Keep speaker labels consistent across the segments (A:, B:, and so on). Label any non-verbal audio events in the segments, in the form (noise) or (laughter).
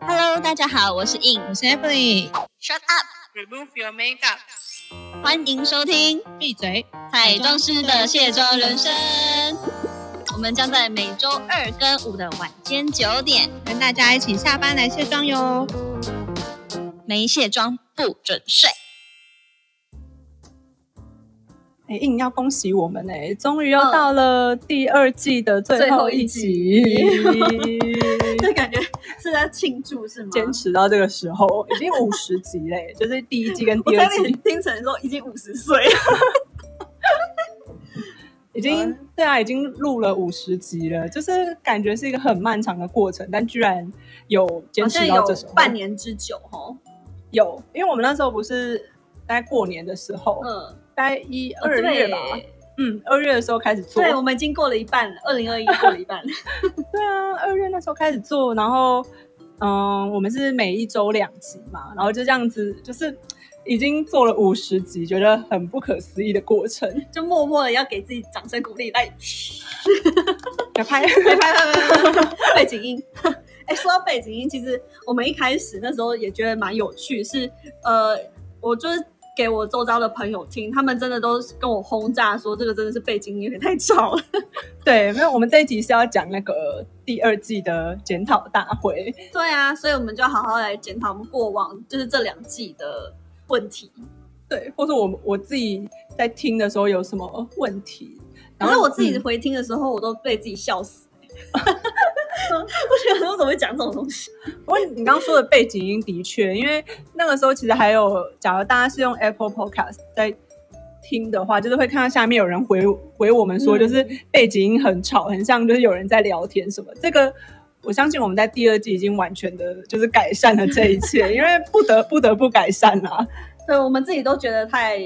A: Hello，大家好，我是 In。
B: 我是 Emily，
A: Shut up！
C: Remove your makeup.
A: 欢迎收听
B: 闭嘴。
A: 彩妆师的卸妆人生。我们将在每周二跟五的晚间九点，
B: 跟大家一起下班来卸妆哟。
A: 没卸妆不准睡。
D: 哎、硬要恭喜我们哎、终于要到
B: 哦
D: 了第二季的最后一集， (laughs)
E: 这感觉是在庆祝是吗？
D: 坚持到这个时候已经五十集嘞、就是第一季跟
E: 我
D: 第二
E: 差点
D: 季
E: 听成说已经五十岁了，
D: 已经
E: 嗯
D: 对啊，已经录了五十集了，就是感觉是一个很漫长的过程，但居然有坚
E: 好
D: 持
E: 像
D: 到
E: 有
D: 这时候，
E: 半年之久哦。
D: 有，因为我们那时候不是大概过年的时候，
E: 嗯，
D: 大概一
E: 哦
D: 二月吧，
E: 对
D: 嗯，二月的时候开始做，
E: 对，我们已经过了一半了，二零二一过了一半了。 (laughs)
D: 对啊，二月那时候开始做，然后嗯，我们是每一周两集嘛，然后就这样子，就是已经做了五十集，觉得很不可思议的过程。
E: 就默默的要给自己掌声鼓励，来 (laughs)
D: 要
E: 拍
D: 拍
E: 拍拍拍拍拍 (laughs) 背景音。哎、说到背景音，其实我们一开始那时候也觉得蛮有趣，是呃，我就是给我周遭的朋友听，他们真的都是跟我轰炸说这个真的是背景音有点太吵了。 (laughs)
D: 对，没有，我们这一集是要讲那个第二季的检讨大会。
E: 对啊，所以我们就好好来检讨我们过往就是这两季的问题。
D: 对，或者我我自己在听的时候有什么问题，然
E: 可是
D: 后
E: 我自己
D: 嗯
E: 回听的时候，我都被自己笑死。 (laughs) 我想说，我怎么会讲这种东西？
D: 不过你刚刚说的背景音的确，因为那个时候其实还有，假如大家是用 Apple Podcast 在听的话，就是会看到下面有人回回我们说，
E: 嗯
D: 就是背景音很吵，很像就是有人在聊天什么。这个我相信我们在第二季已经完全的就是改善了这一切，因为不得不得不改善啊。
E: 对我们自己都觉得太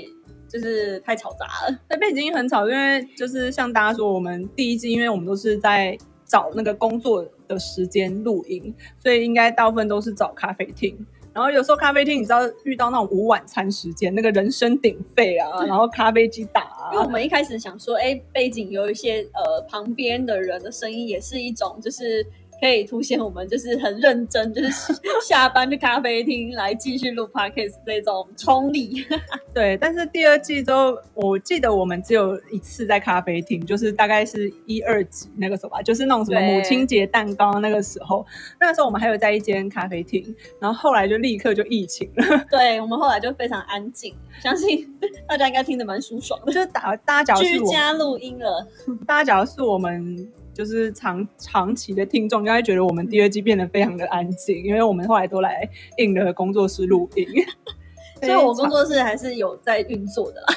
E: 就是太嘈杂了。
D: 那背景音很吵，因为就是像大家说，我们第一季，因为我们都是在找那个工作的时间录音，所以应该大部分都是找咖啡厅。然后有时候咖啡厅，你知道遇到那种无晚餐时间，那个人声鼎沸啊，然后咖啡机打、
E: 因为
D: 啊
E: 我，们一开始想说，哎、背景有一些呃旁边的人的声音，也是一种就是可以凸显我们就是很认真，就是下 (laughs) 班去咖啡厅来继续录 podcast 这种冲力。 (laughs)
D: 对。但是第二季之后，我记得我们只有一次在咖啡厅，就是大概是一二集那个时候吧，就是那种什么
E: 对
D: 母亲节蛋糕那个时候，那个时候我们还有在一间咖啡厅，然后后来就立刻就疫情了。 (laughs)
E: 对我们后来就非常安静，相信大家应该听得蛮舒爽的。
D: 就是打大家假如
E: 居
D: 是我们
E: 家录音了，
D: 大家假如是我们就是长长期的听众，应该觉得我们第二季变得非常的安静，因为我们后来都来应了工作室录音，
E: (laughs) 所以我工作室还是有在运作的啦。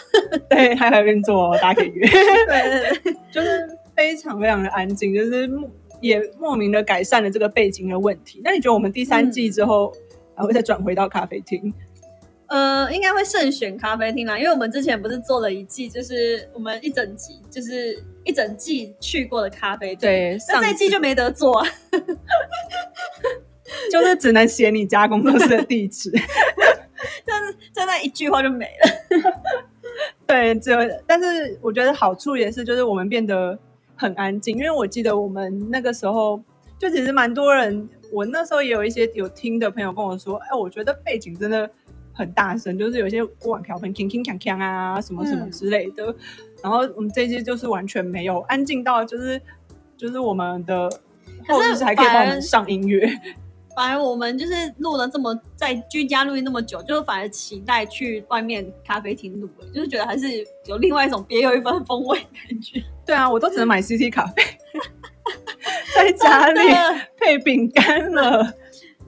D: 对还有运作哦，大家可以约，
E: 对对对，
D: 就是 (laughs) 非常非常的安静，就是莫也莫名的改善了这个背景的问题。那你觉得我们第三
E: 嗯
D: 季之后还会再转回到咖啡厅？
E: (laughs) 呃，应该会慎选咖啡厅啦，因为我们之前不是做了一季，就是我们一整集，就是一整季去过的咖啡厅。
D: 对，
E: 那
D: 上
E: 这一季就没得做、 (laughs) 啊，
D: 就是只能写你家工作室的地址。
E: 就那一句话就没了。
D: (laughs) 对，只有但是我觉得好处也是，就是我们变得很安静，因为我记得我们那个时候就其实蛮多人，我那时候也有一些有听的朋友跟我说，哎，我觉得背景真的很大声，就是有一些锅碗瓢盆铿铿锵锵啊，什么什么
E: 嗯
D: 之类的。然后我们这些就是完全没有安静到，就是就是我们的后
E: 是
D: 置还可以帮我
E: 反
D: 们
E: 而
D: 上音乐。 (laughs)
E: 反而我们就是录了这么在居家录音那么久，就反而期待去外面咖啡厅录了，就是觉得还是有另外一种别有一番风味的感觉。
D: 对啊，我都只能买 CT 咖啡， (laughs) 在家里
E: 嗯 (laughs) 真的
D: 配饼干了。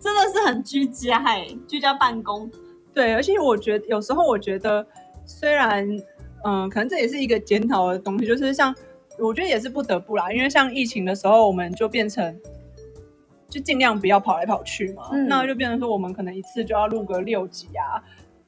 E: 真的是很居家哎、居家办公。
D: 对，而且我觉得有时候我觉得，虽然嗯、可能这也是一个检讨的东西，就是像我觉得也是不得不啦，因为像疫情的时候，我们就变成就尽量不要跑来跑去嘛，
E: 嗯
D: 那就变成说我们可能一次就要录个六集啊。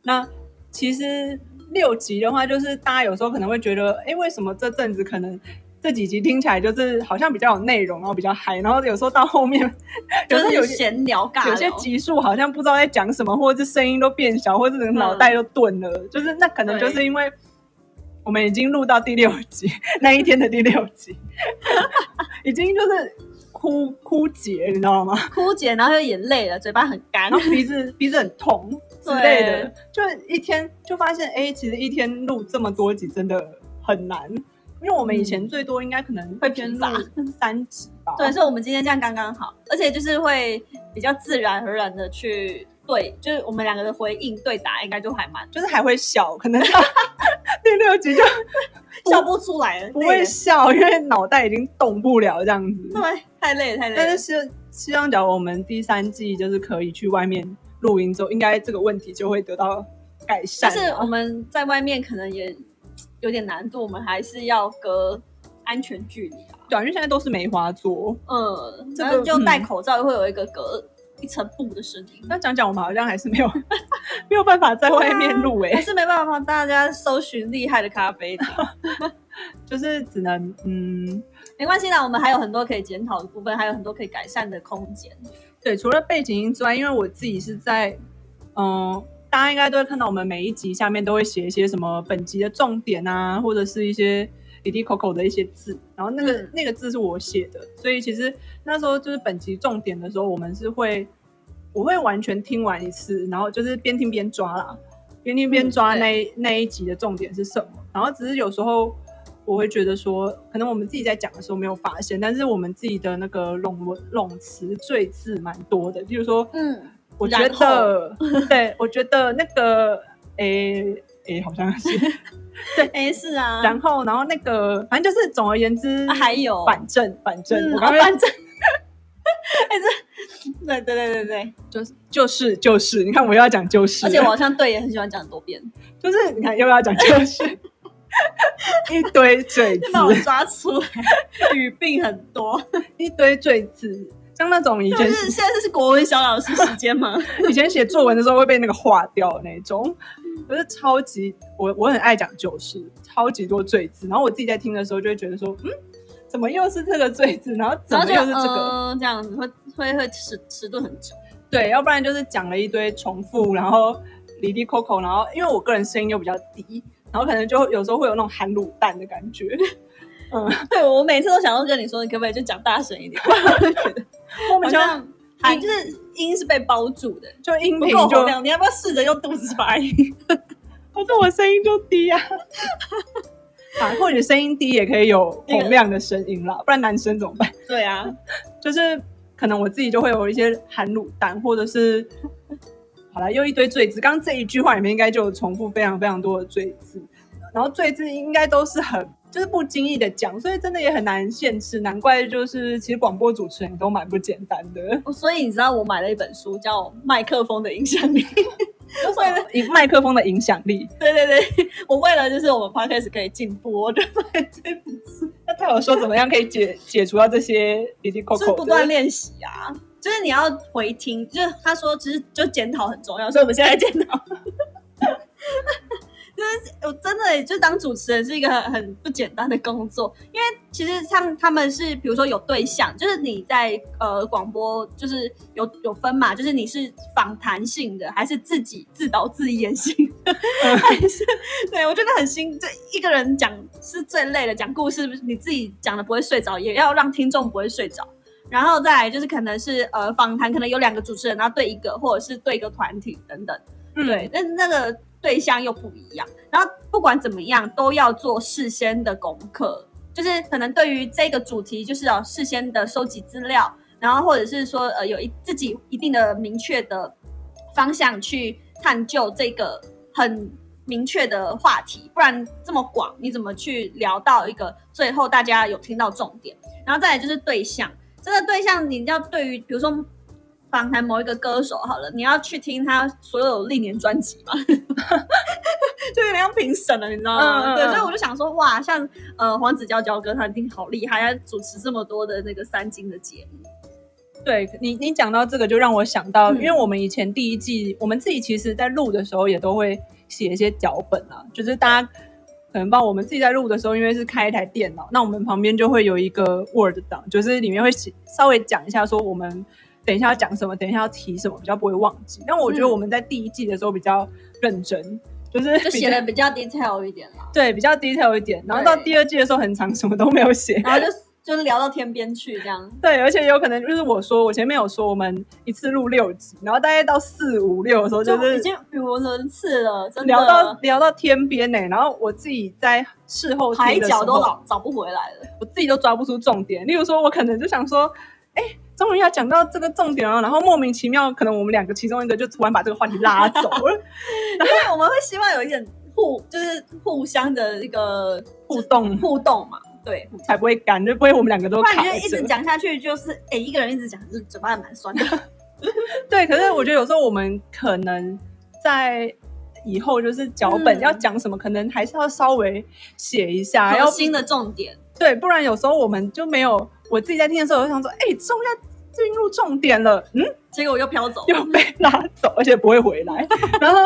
D: 那其实六集的话，就是大家有时候可能会觉得，哎，为什么这阵子可能。这几集听起来就是好像比较有内容，然后比较嗨，然后有时候到后面， (laughs)
E: 就
D: 有时候有
E: 是
D: 些
E: 闲聊尬聊，
D: 有些集数好像不知道在讲什么，或者是声音都变小，或者
E: 嗯
D: 是脑袋都钝了，就是那可能就是因为
E: (laughs)
D: 我 (laughs) 们已经录到第六集那一天的第六集，已经就是枯枯竭，你知道
E: (laughs)
D: 吗？
E: 枯竭，然后又眼累了，嘴巴很干
D: 然后。鼻子鼻子很痛之类的
E: 对，
D: 就一天就发现，哎、其实一天录这么多集真的很难，因为我们以前最多应该可能
E: 嗯会
D: 一天
E: 疲
D: 录
E: 乏
D: 三集吧，
E: 对，所以我们今天这样刚刚好，而且就是会比较自然而然的去对，就是我们两个的回应对答，应该就还蛮
D: 就是还会笑，可能到 (laughs) 第六集就不
E: 笑不出来了，
D: 不
E: 累
D: 会
E: 了
D: 笑，因为脑袋已经动不了这样子。
E: 对，太累了，太累了。
D: 但是希希望，假如我们第三季就是可以去外面录音之后，应该这个问题就会得到改善
E: 但
D: 啊。
E: 是哦我们在外面可能也有点难度，我们还是要隔安全距离啊。
D: 对啊，因为现在都是梅花座。
E: 呃，
D: 嗯这
E: 然
D: 个
E: 后就戴
D: 嗯
E: 口罩，会有一个隔一层布的声音。
D: 那讲讲，我们好像还是没有 (laughs) 没有办法在外面录欸诶、
E: 还是没办法帮大家搜寻厉害的咖啡
D: (laughs)
E: 厅，
D: 就是只能嗯，
E: 没关系啦，我们还有很多可以检讨的部分，还有很多可以改善的空间。
D: 对，除了背景音之外，因为我自己是在嗯、大家应该都会看到我们每一集下面都会写一些什么本集的重点啊，或者是一些。滴滴口口的一些字，然后那个、
E: 嗯
D: 那个字是我写的，所以其实那时候就是本集重点的时候，我们是会我会完全听完一次，然后就是边听边抓啦，边听边
E: 嗯
D: 抓
E: 对
D: 那一、那一集的重点是什么。然后只是有时候我会觉得说，可能我们自己在讲的时候没有发现，但是我们自己的那个冗文冗词赘字蛮多的，比如说，
E: 嗯，
D: 我觉
E: 然后
D: 得，对我觉得那个，诶、诶、好像是，
E: 哎，是啊，
D: (laughs) 然后然后那个，反正就是总而言之，
E: 啊还有
D: 反正反正，
E: 嗯
D: 我
E: 啊
D: 刚刚
E: 反 (laughs) 正，哎，这，对对对对对，
D: 就是就是就是，你看我又要讲就是，啊
E: 而且我好像对也很喜欢讲很多遍，
D: 就是你看又要讲就是
E: (laughs)
D: 一堆赘字
E: 就，把我抓出来，语病很多。
D: 一堆赘字，像那种以前
E: 就是现在这是国文小老师时间 (laughs) 吗？
D: 以前写作文的时候会被那个划掉的那种，
E: 嗯
D: 可是超级我我很爱讲旧事，超级多赘字，然后我自己在听的时候就会觉得说，嗯，怎么又是这个赘字，然后怎
E: 然
D: 么
E: 后就
D: 又是这个，
E: 嗯、这样子会会会迟迟钝很久。
D: 对，要不然就是讲了一堆重复，然后离离扣扣，然后因为我个人声音又比较低，然后可能就有时候会有那种含卤蛋的感觉， (laughs)
E: 对我每次都想要跟你说，你可不可以就讲大声一点？ (laughs)
D: 莫
E: 好
D: 名其妙
E: 像还就是音是被包住的，
D: 就音
E: 不
D: 频
E: 够洪
D: 就，
E: 亮。你要不要试着用肚子发音？ (laughs)
D: 可是我声音就低啊。 (laughs) 啊，或者声音低也可以有洪亮的声音啦，不然男生怎么办？
E: 对啊，
D: 就是可能我自己就会有一些含卤蛋，或
E: (laughs)
D: 者是好了，又一堆赘字。刚刚这一句话里面应该就有重复非常非常多的赘字，然后赘字应该都是很就是不经意的讲，所以真的也很难限制。难怪就是其实广播主持人都蛮不简单的，
E: 哦所以你知道我买了一本书叫《麦克风的影响力》。 (laughs) 为了
D: 影麦克风的影响力，
E: (laughs) 对对对，我为了就是我们 podcast 可以进步，我就买这本书，
D: 那他有说怎么样可以解解除掉这些滴滴扣
E: 就是
D: 扣？
E: 不断练习啊。就是你要回听，就是他说，其实就检讨很重要，所以我们现在检讨。 (laughs) 我真的就当主持人是一个很很不简单的工作，因为其实像他们是，比如说有对象，就是你在呃广播就是有有分嘛，就是你是访谈性的，还是自己自导自演型的，还是对我觉得很辛，这一个人讲是最累的，讲故事你自己讲的不会睡着，也要让听众不会睡着。然后再来就是可能是呃访谈，可能有两个主持人，然后对一个，或者是对一个团体等等。
D: 嗯
E: 对，但是那个对象又不一样。然后不管怎么样，都要做事先的功课，就是可能对于这个主题，就是要事先的收集资料，然后或者是说呃有一自己一定的明确的方向去探究这个很。明确的话题，不然这么广，你怎么去聊到一个最后大家有听到重点？然后再来就是对象，这个对象你要对于，比如说访谈某一个歌手好了，你要去听他所有历年专辑嘛， (laughs) 就有点像评审了，你知道吗？
D: 嗯嗯嗯
E: 对，所以我就想说，哇，像呃黄子佼佼哥他一定好厉害，他主持这么多的那个三金的节目，
D: 对你，你讲到这个，就让我想到，
E: 嗯
D: 因为我们以前第一季，我们自己其实在录的时候也都会写一些脚本啊，就是大家可能帮我们自己在录的时候，因为是开一台电脑，那我们旁边就会有一个 Word 档，就是里面会写稍微讲一下说我们等一下要讲什么，等一下要提什么，比较不会忘记。但我觉得
E: 嗯
D: 我们在第一季的时候比较认真，就是
E: 就
D: 比
E: 写
D: 较
E: 的比较 detail 一点啦。
D: 对比较 detail 一点，然后到
E: 对
D: 第二季的时候很长什么都没有写，
E: 然后就就是聊到天边去这样。
D: (laughs) 对，而且有可能就是我说，我前面有说我们一次录六集，然后大概到四五六的时候，就
E: 就是已经语无伦次了，真的
D: 聊到聊到天边呢、然后我自己在事后听
E: 海
D: 的时
E: 角
D: 候，
E: 都老找不回来了。
D: 我自己都抓不出重点。例如说，我可能就想说，哎，终于要讲到这个重点了，然后莫名其妙，可能我们两个其中一个就突然把这个话题拉走了，
E: (laughs)
D: (laughs)
E: 因为我们会希望有一点互，就是互相的一个
D: 互动
E: 互动嘛，对。
D: 才不会干，就不会我们两个都
E: 不然
D: 卡
E: 你就一直
D: 着。
E: 讲下去，就是哎、诶一个人一直讲，就是嘴巴也蛮酸的。
D: 对，可是我觉得有时候我们可能在。以后就是脚
E: 嗯
D: 本要讲什么，可能还是要稍微写一下，
E: 核
D: 要
E: 心的重点，
D: 对，不然有时候我们就没有。我自己在听的时候，我就想说，哎、终于要进入重点了，嗯，
E: 结果又飘走。
D: 又被拉走，而且不会回来。 (laughs) 然后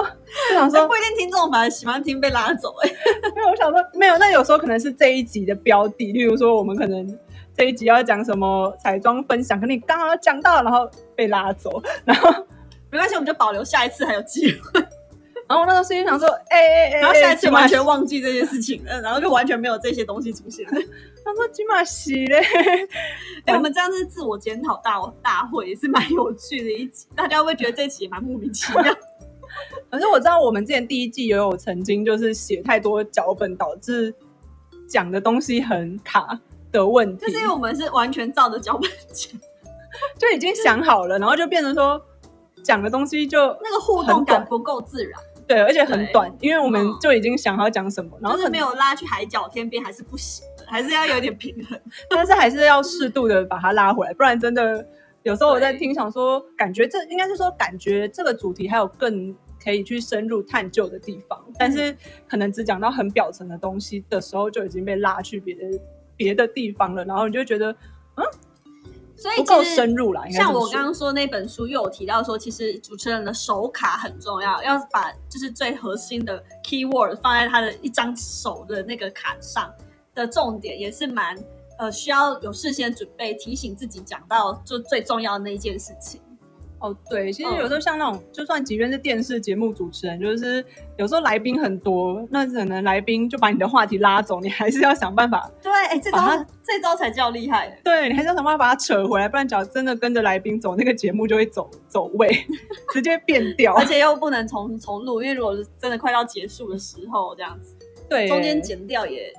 D: 就想
E: 哎
D: 说
E: 不，一定听众反而喜欢听被拉走、哎，
D: 没有，我想说没有。那有时候可能是这一集的标的，例如说我们可能这一集要讲什么彩妆分享，可能你刚好讲到，然后被拉走。
E: 没关系，我们就保留下一次还有机会。
D: 然后我那时候心里想说，哎哎哎，
E: 然后下一次完全
D: 他
E: 忘记这件事情了，然后就完全没有这些东西出现。
D: 说金马喜嘞，
E: 哎、我们这样是自我检讨大大会，也是蛮有趣的一集。大家会不会觉得这一期也蛮莫名其妙？
D: 可是我知道我们之前第一季也有曾经就是写太多脚本，导致讲的东西很卡的问
E: (laughs)
D: 题，
E: 就是因为我们是完全照着脚本讲。
D: 就已经想好了，然后就变成说讲的东西就
E: 那个互
D: 很
E: 动
D: 短
E: 感不够自然，
D: 对，而且很
E: 对
D: 短，因为我们
E: 嗯
D: 就已经想好讲什么，然后
E: 就是没
D: 有，
E: 有拉去海角天边还是不行的，还是要有点平衡。
D: 但是还是要适度的把它拉回来，不然真的有时候我在听，想说感觉这应该是说感觉这个主题还有更。可以去深入探究的地方，
E: 嗯
D: 但是可能只讲到很表层的东西的时候，就已经被拉去别的别的地方了，然后你就会觉得
E: 所以
D: 不够深。入啦。应该
E: 像
D: 这么
E: 我
D: 说
E: 刚刚说那本书，又有提到说，其实主持人的手卡很重要，要把就是最核心的 keyword 放在他的一张手的那个卡上的重点，也是蛮呃需要有事先准备，提醒自己讲到就最重要的那一件事情。
D: 哦，对，其实
E: 嗯
D: 有时候像那种，就算即便是电视节目主持人，就是有时候来宾很多，那可能来宾就把你的话题拉走，你还是要想办法，
E: 对，哎，这招、
D: 把它
E: 这招才叫厉害。欸
D: 对你还是要想办法把它扯回来，不然只要真的跟着来宾走，那个节目就会走走位， (laughs) 直接变掉。
E: 而且又不能重重录，因为如果是真的快要结束的时候，这样子
D: 对，
E: 中间剪掉也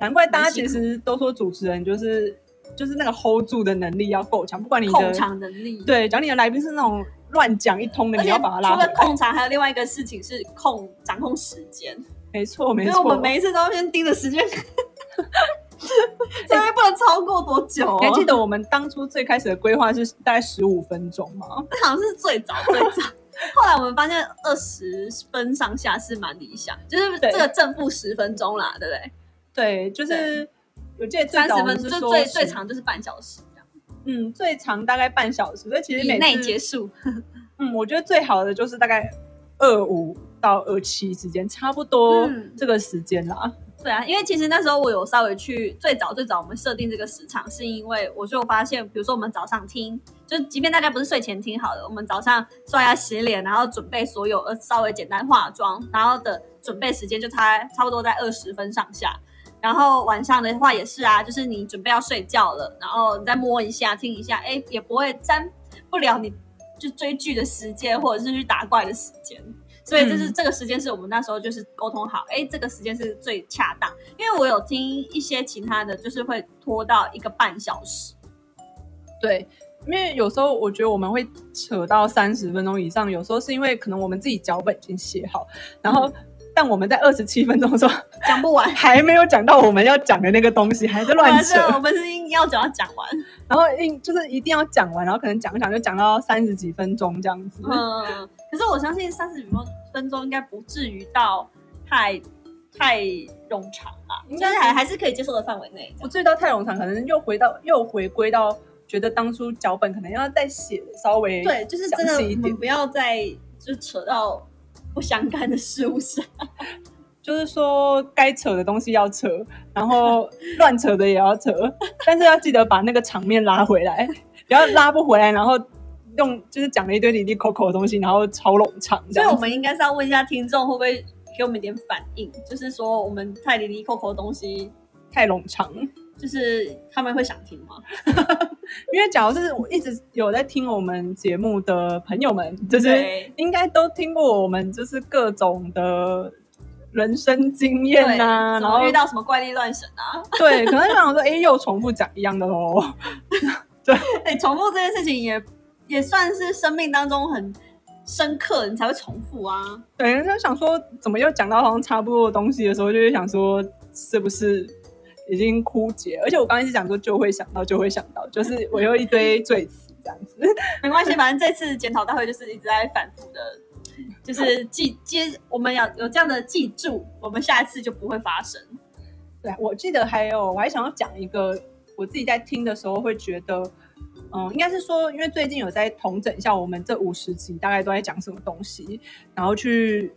D: 难怪大家其实都说主持人就是就是那个 hold 住的能力要够强，不管你
E: 控
D: 的
E: 场能力。，
D: 对，讲你的来宾是那种乱讲一通的，
E: 而
D: 你
E: 且
D: 要
E: 除
D: 把它拉回
E: 了
D: 来。
E: 控场，还有另外一个事情是控掌控时间，
D: 没错，没
E: 因为
D: 错。
E: 我们每一次都要先盯着时间看， (laughs) 所以不能超过多久、哦。
D: 你还记得我们当初最开始的规划是大概十五分钟吗？
E: 好像是最早最早。 (laughs) 后来我们发现二十分上下是蛮理想，就是
D: 对
E: 这个正负十分钟啦，对不对？
D: 对，就是我记得最
E: 三
D: 早
E: 十
D: 我们
E: 分
D: 是
E: 就
D: 说
E: 最
D: 十
E: 最，长就是半小时这样，
D: 嗯，最长大概半小时。所以其实
E: 以
D: 每
E: 内
D: 次
E: 结，束。
D: 嗯，我觉得最好的就是大概二五到二七之间，差不多
E: 嗯
D: 这个时间啦。
E: 对啊，因为其实那时候我有稍微去最早最早我们设定这个时长，是因为我就发现，比如说我们早上听，就即便大家不是睡前听好了，我们早上刷牙洗脸，然后准备所有呃稍微简单化妆，然后的准备时间就差差不多在二十分上下。然后晚上的话也是啊，就是你准备要睡觉了，然后你再摸一下听一下，哎，也不会沾 (laughs) 不了你就追剧的时间或者是去打怪的时间。所以就是
D: 嗯
E: 这个时间是我们那时候就是沟通好，哎、这个时间是最恰当。因为我有听一些其他的，就是会拖到一个半小时。
D: 对。因为有时候我觉得我们会扯到三十分钟以上，有时候是因为可能我们自己脚本已经写好，然
E: 嗯
D: 后、但我们在二十七分钟的时候。
E: 讲不完
D: 还没有讲到我们要讲的那个东西，还在乱
E: 完
D: 扯
E: 事，，我们是硬要讲要讲 (laughs) 完。
D: 然后硬就是一定要讲完，然后可能讲一讲就讲到三十几分钟这样子。
E: 嗯，可是我相信三十分钟应该不至于到太太冗长啦，
D: 应
E: 就
D: 该
E: 是还还是可以接受的范围内。
D: 我最到太冗长，可能又回到又回归到觉得当初脚本可能要再写得稍微
E: 对，就是真的，
D: 详细一
E: 我
D: 点
E: 们不要再就扯到不相干的事物上。
D: 就是说该扯的东西要扯，然后乱扯的也要扯，但是要记得把那个场面拉回来，不要拉不回来，然后用就是讲了一堆里里口口的东西，然后超冗长
E: 所
D: 这
E: 以我
D: 样子。
E: 们应该是要问一下听众，会不会给我们一点反应，就是说我们太离离扣扣的东西，
D: 太冗长，
E: 就是他们会想听吗？
D: 因为假如是我一直有在听我们节目的朋友们，就是
E: 对
D: 应该都听过我们就是各种的人生经验呐、
E: 对
D: 然
E: 怎
D: 后
E: 么遇到什么怪力乱神啊？
D: (laughs) 对，可能就想说，哎、又重复讲一样的喽。
E: 哎、重复这件事情也也算是生命当中很深刻，你才会重复啊。
D: 对，就想说怎么又讲到好像差不多的东西的时候，就会想说是不是已经枯竭？而且我刚才是讲说就会想到，就会想到，就是我又一堆罪词这样子。
E: 没关 (laughs) 系，反正这次检讨大会就是一直在反复的，就是记记，我们要有这样的记住，我们下一次就不会发生。
D: 对，我记得还有，我还想要讲一个，我自己在听的时候会觉得，嗯，应该是说，因为最近有在统整一下我们这五十集大概都在讲什么东西，然后去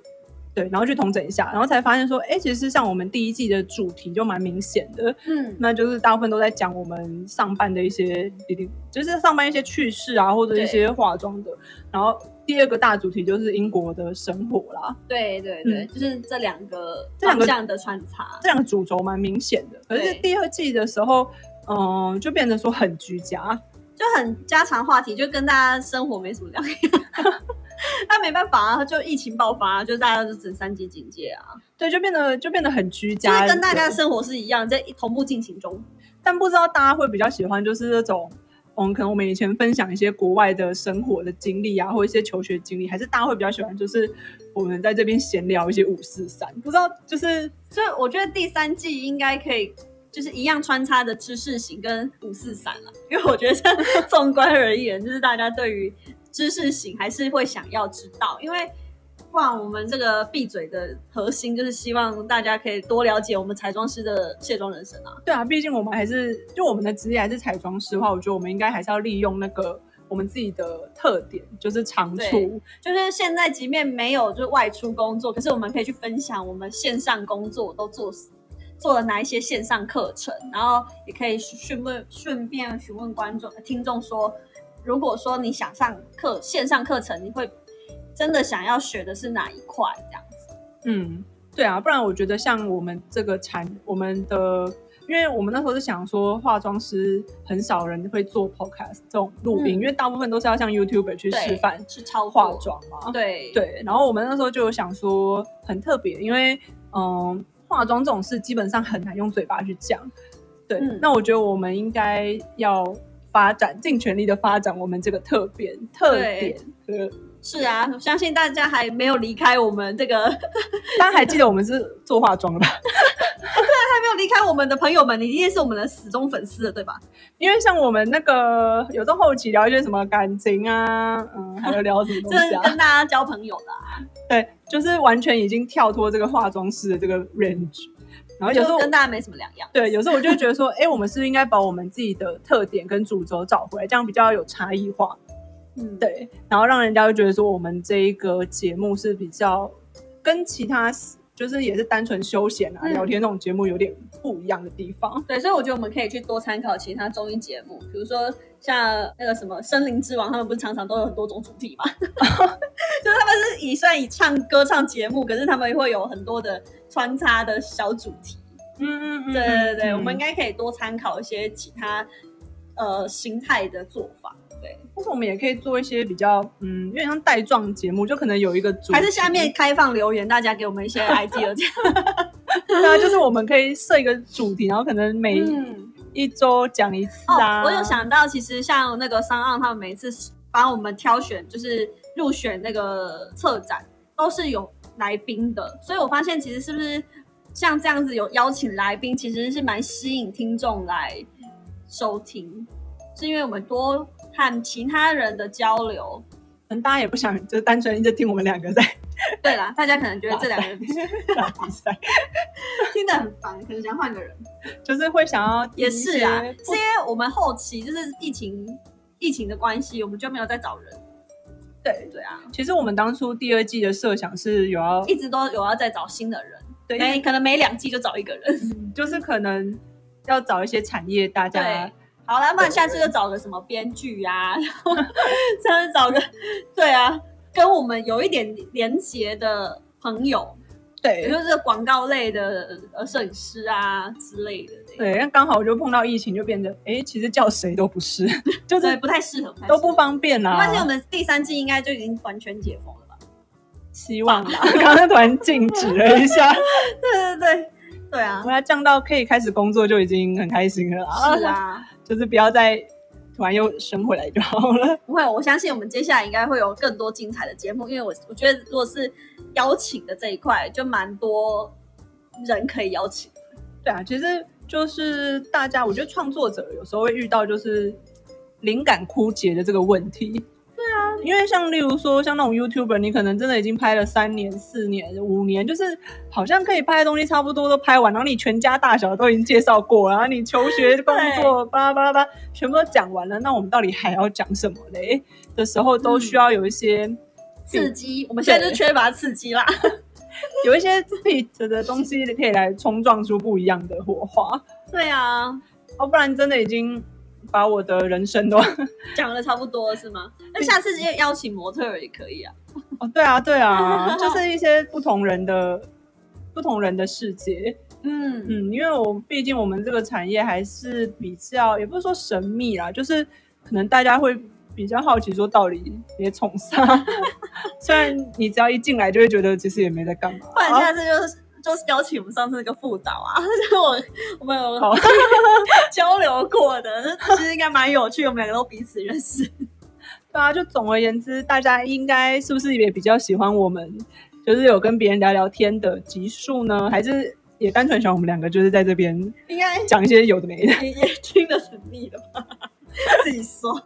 D: 对，然后去统整一下，然后才发现说，哎，其实像我们第一季的主题就蛮明显的，
E: 嗯，
D: 那就是大部分都在讲我们上班的一些，一定就是上班一些趣事啊，或者一些化妆的，然后第二个大主题就是英国的生活啦，
E: 对对对，就是嗯这两个
D: 这两
E: 方
D: 个
E: 向的穿插。
D: 这两个主轴蛮明显的。可是
E: 对
D: 第二季的时候，嗯，就变得说很居家，
E: 就很家常话题，就跟大家生活没什么两样。 (laughs) 那没办法啊，就疫情爆发、就大家就只能三级警戒啊，
D: 对，就变得就变得很居
E: 就
D: 家，
E: 是跟大家的生活是一样，在同步进行中。
D: 但不知道大家会比较喜欢就是这种。嗯，可能我们以前分享一些国外的生活的经历啊，或一些求学经历，还是大家会比较喜欢，就是我们在这边闲聊一些五四三，不知道就是
E: 所以我觉得第三季应该可以，就是一样穿插的知识型跟五四三了，因为我觉得像纵观而言，就是大家对于知识型还是会想要知道，因为。不然我们这个闭嘴的核心就是希望大家可以多了解我们彩妆师的卸妆人生啊。
D: 对啊，毕竟我们还是就我们的职业还是彩妆师的话，我觉得我们应该还是要利用那个我们自己的特点，就是长
E: 对
D: 处，
E: 就是现在，即便没有就是外出工作，可是我们可以去分享我们线上工作都做做了哪一些线上课程，然后也可以询问顺便询问观众听众说，如果说你想上课线上课程，你会真的想要学的是哪一块？这样
D: 嗯，对啊，不然我觉得像我们这个产，我们的，因为我们那时候是想说，化妆师很少人会做 podcast 这种录音，
E: 嗯
D: 因为大部分都是要像 YouTuber 去
E: 对
D: 示范
E: 是超
D: 化，妆嘛。
E: 对
D: 对，然后我们那时候就有想说，很特别，因为嗯，化妆这种事基本上很难用嘴巴去讲。对，
E: 嗯
D: 那我觉得我们应该要发展，尽全力的发展我们这个特别特
E: 对
D: 点。对，
E: 是啊，我相信大家还没有离开我们这个 (laughs)
D: 大家还记得我们是做化妆的吧？ (laughs)
E: 还没有离开我们的朋友们，你一定是我们的死忠粉丝了，对吧？
D: 因为像我们那个有时候后期聊一些什么感情啊，嗯，还有聊什么
E: 这
D: 东
E: 是 (laughs)
D: 西啊，
E: 跟大家交朋友的啊、
D: 对，就是完全已经跳脱这个化妆师的这个 range。然后有时
E: 就
D: 候
E: 跟大家没什么两样。
D: 对，有时候我就会觉得说，哎，我们是不是应该把我们自己的特点跟主轴找回来，这样比较有差异化。
E: 嗯，对，
D: 对，然后让人家会觉得说，我们这一个节目是比较跟其他就是也是单纯休闲啊、
E: 嗯
D: 聊天那种节目有点不一样的地方。
E: 所以我觉得我们可以去多参考其他综艺节目，比如说像那个什么《森林之王》，他们不是常常都有很多种主题嘛？ (laughs) 就是他们是以虽然以唱歌唱节目，可是他们会有很多的穿插的小主题。
D: 嗯嗯嗯
E: 对对对，
D: 嗯
E: 我们应该可以多参考一些其他呃形态的做法。对，
D: 或者我们也可以做一些比较，嗯，有点像带状节目，就可能有一个主题，
E: 还是下面开放留言，大家给我们一
D: (laughs)
E: 些 idea 这样。
D: 对啊，就是我们可以设一个主题，然后可能每
E: 嗯。
D: 一周讲一次啊。
E: 哦，我有想到，其实像那个商岸他们每次帮我们挑选，就是入选那个策展，都是有来宾的，所以我发现其实是不是像这样子有邀请来宾，其实是蛮吸引听众来收听，是因为我们多和其他人的交 (laughs) 流。
D: 可能大家也不想，就是单纯一直听我们两个在 (laughs)
E: 对啦，大家可能觉得这两个人
D: 打比赛，
E: (laughs) 听得很烦，可能想换个人。
D: 就是会想要
E: (laughs) 也是啊，
D: 听一些
E: 是因为我们后期就是疫情疫情的关系，我们就没有再找人。
D: 对。
E: 对啊，
D: 其实我们当初第二季的设想是有要，
E: 一直都有要再找新的人，
D: 对，
E: 每可能每两季就找一个人。 (laughs)
D: 就是可能要找一些产业大家
E: 对。好啦，不然下次就找个什么编剧啊，然
D: (laughs)
E: 后下次找个对啊，跟我们有一点连结的朋友，也
D: 对
E: 就是广告类的呃摄影师啊之类的这情，
D: 对，但刚好我就碰到疫情，就变得哎，诶其实叫谁都不是， (laughs) 就
E: 对，
D: 是
E: 不太适合，太
D: 都
E: 适合
D: 不。方便啊
E: 没
D: 啦。
E: 关系，我们第三季应该就已经完全解封了吧？
D: 希望啦，刚刚突然静止了
E: (laughs)
D: 一下，
E: 对对对对啊
D: 我，要降到可以开始工作就已经很开心了啦。
E: 是，啊，
D: 就是不要再突然又升回来就好了。
E: 不会，我相信我们接下来应该会有更多精彩的节目，因为我我觉得如果是邀请的这一块，就蛮多人可以邀请。
D: 对啊，其实就是大家，我觉得创作者有时候会遇到就是灵感枯竭的这个问题。对啊，因为像例如说像那种 YouTuber，你可能真的已经拍了三年、四年、五年，就是好像可以拍的东西差不多都拍完，然后你全家大小都已经介绍过，然后你求学、工作、巴拉巴拉巴拉，全部都讲完了，那我们到底还要讲什么嘞？的时候都需要有一些、
E: 刺嗯激，我们现在就缺乏刺激啦。 (laughs)
D: 有一些自己的东西可以来冲撞出不一样的火花。
E: 对啊，
D: 哦，不然真的已经把我的人
E: (laughs)
D: 生都
E: 讲的差不多了是吗？那下次直接邀请模特儿也可以啊。
D: 哦，对啊，对
E: (laughs)
D: 啊，就是一些不同人的不同人的世界。
E: 嗯
D: 嗯，因为我毕竟我们这个产业还是比较，也不是说神秘啦，就是可能大家会比较好奇，说到底别宠
E: (laughs)
D: 啥。虽然你只要一进来就会觉得其实也没在干嘛，
E: 不然下次就是、就是邀请我们上次那个副导啊， (laughs) 就是我我们有
D: 好
E: (laughs) 交流过的，其实应该蛮有趣，我们两个都彼此认识。
D: 对啊，就总而言之，大家应该是不是也比较喜欢我们，就是有跟别人聊聊天的集数呢？还是也单纯喜欢我们两个，就是在这边
E: 应该
D: 讲一些有的 (laughs) 没的？
E: 也也听得很腻了吧？ (laughs) 自己说，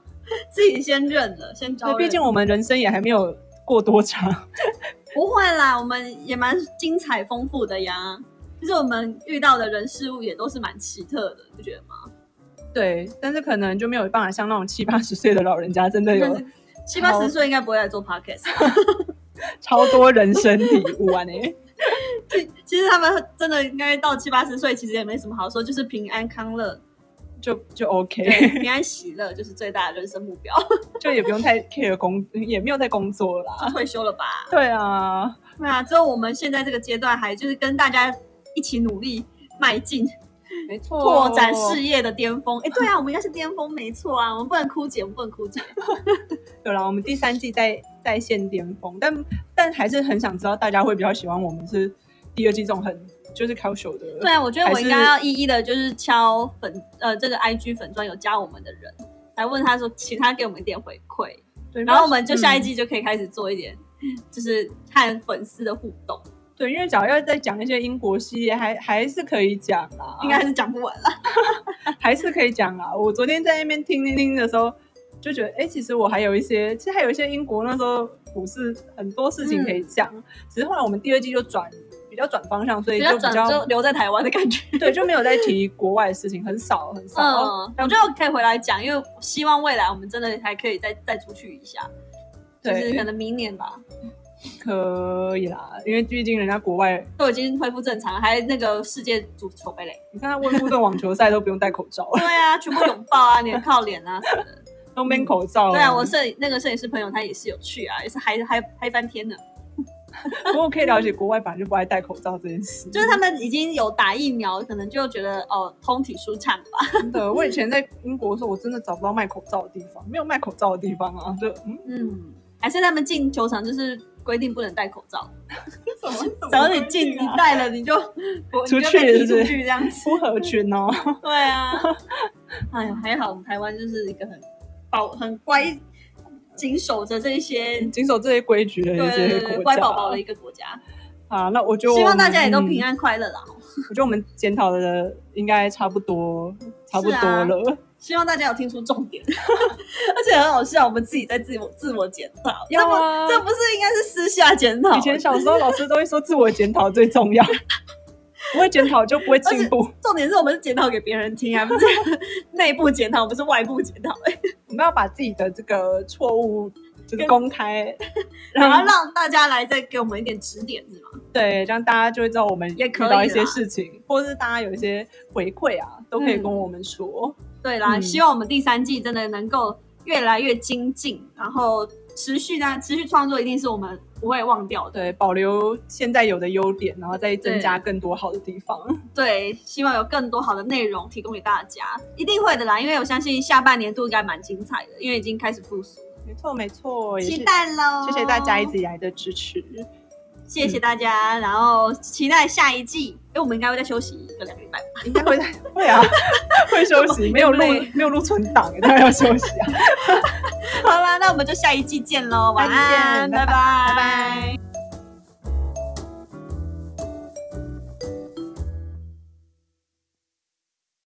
E: 自己先认了，先招
D: 对，
E: 认。
D: 毕竟我们人生也还没有过多长。
E: 不会啦，我们也蛮精彩丰富的呀。就是我们遇到的人事物也都是蛮奇特的，不觉得吗？
D: 对，但是可能就没有办法像那种七八十岁的老人家，真的
E: 但
D: 有
E: 是七八十岁应该不会来做 podcast，
D: 超多人生体悟啊！呢，
E: 其 (laughs) 其实他们真的应该到七八十岁，其实也没什么好说，就是平安康 (laughs) 乐，
D: (laughs) 就就 OK，
E: 对，平安喜乐就是最大的人生目标。 (laughs)
D: 就也不用太 care 工，也没有在工作啦。
E: 退休了吧？
D: 对啊，
E: 对啊，只有我们现在这个阶段，还就是跟大家一起努力迈进，
D: 没错
E: 拓展
D: 哦
E: 事业的巅峰。哎，对啊，我们应该是巅峰，没错啊，我们不能枯竭，我们不能枯竭。
D: 有啦，我们第三季在在线巅峰，但但还是很想知道大家会比较喜欢我们是第二季这种很就是 casual 的，
E: 对啊，我觉得我应该
D: 还是
E: 要一一的，就是敲粉呃这个 IG 粉专有加我们的人，来问他说，请他给我们一点回馈，
D: 对，
E: 然后我们就下一
D: 嗯
E: 季就可以开始做一点，就是和粉丝的互动，
D: 对，因为只要要再讲一些英国系列，还还是可以讲啦，
E: 应该还是讲不完了。
D: 还是可以讲啦。我昨天在那边听听听的时候，就觉得哎、诶其实我还有一些，其实还有一些英国那时候股市很多事情可以讲，只是后来我们第二季就转比较转方向，所以
E: 嗯比
D: 就
E: 较
D: 比
E: 转
D: 较
E: 就留在台湾的感觉。
D: 对就没有再提国外的事情，很少很少。
E: 嗯，我
D: 但
E: 觉得我可以回来讲，因为我希望未来我们真的还可以再再出去一下，就
D: 对
E: 是可能明年吧，
D: 可以啦，因为毕竟人家国外
E: 都已经恢复正常，还那个世界足球杯嘞。
D: 你看他温布顿网球赛都不用戴口
E: (laughs)
D: 罩
E: 对
D: 了，
E: 啊，全部拥抱啊，脸靠脸
D: (laughs)
E: 啊什么的。
D: 都没口罩了。
E: 对啊，我摄影那个摄影师朋友他也是有去啊，也是嗨嗨嗨翻天的，
D: 不过我可以了解国外本来就不爱戴口罩这件事。
E: (laughs) 就是他们已经有打疫苗，可能就觉得哦通体舒畅吧。
D: 真的，我以前在英国的时候，我真的找不到卖口罩的地方，没有卖口罩的地方啊，就嗯，
E: 嗯，还是他们进球场就是规定不能戴口罩，
D: 什么
E: 只要你进你戴了你就我
D: 出
E: 你就被
D: 去
E: 踢
D: 是不
E: 出
D: 是
E: 去这样 (laughs) 子。
D: 不合群 (laughs) 哦。
E: 对啊，哎呦，还好我们台湾就是一个很保很乖，谨守着这一些
D: 谨守这些规矩的
E: 对
D: 一
E: 对
D: 些
E: 对
D: 国
E: 对
D: 家，
E: 乖宝宝的一个国家。
D: 啊。那我嗯就
E: 希望大家也都平
D: 安。
E: 安快乐啦！
D: 我觉得我们检讨的应该差不多，差不多了。
E: 希望大家有听出重点， (laughs) 而且很好笑，我们自己在自我自我检讨，
D: 要啊
E: 这不这不是应该是私下检讨？
D: 以前小时候老师都会说自我检讨最重
E: (laughs)
D: 要，不会检讨就不会进步。
E: 重点是我们是检讨给别人听
D: (laughs)
E: 啊，不是内部检讨，不是外部检讨、哎
D: 我们要把自己的这个错误就是
E: 跟 (laughs)
D: 公开，
E: 然后
D: 让
E: 让大家来再给我们一点指点，是吗？
D: 对让大家就会知道我们
E: 也
D: 遇
E: 可以
D: 到一些
E: 啦
D: 事情，或者是大家有一些回馈啊，都可以
E: 嗯
D: 跟我们说。
E: 对啦，
D: 嗯
E: 希望我们第三季真的能够越来越精进，然后持续呢持续创作，一定是我们不会忘掉的。
D: 对，保留现在有的优点，然后再增加更多好的地方。
E: 对，希望有更多好的内容提供给大家，一定会的啦，因为我相信下半年度应该蛮精彩的，因为已经开始复苏了，
D: 没错，没错，也是
E: 期待喽！
D: 谢谢大家一直以来的支持。
E: 谢谢大家，然后期待下一季。哎，我们应该会再休息一个两个礼
D: (laughs)
E: 拜吧。
D: 应该会在会啊，会休息，没有录没有录存档，当然要休息啊。
E: 好啦，那我们就下一季见喽，晚
D: 下一季见
E: 安，
D: 拜拜
E: 拜拜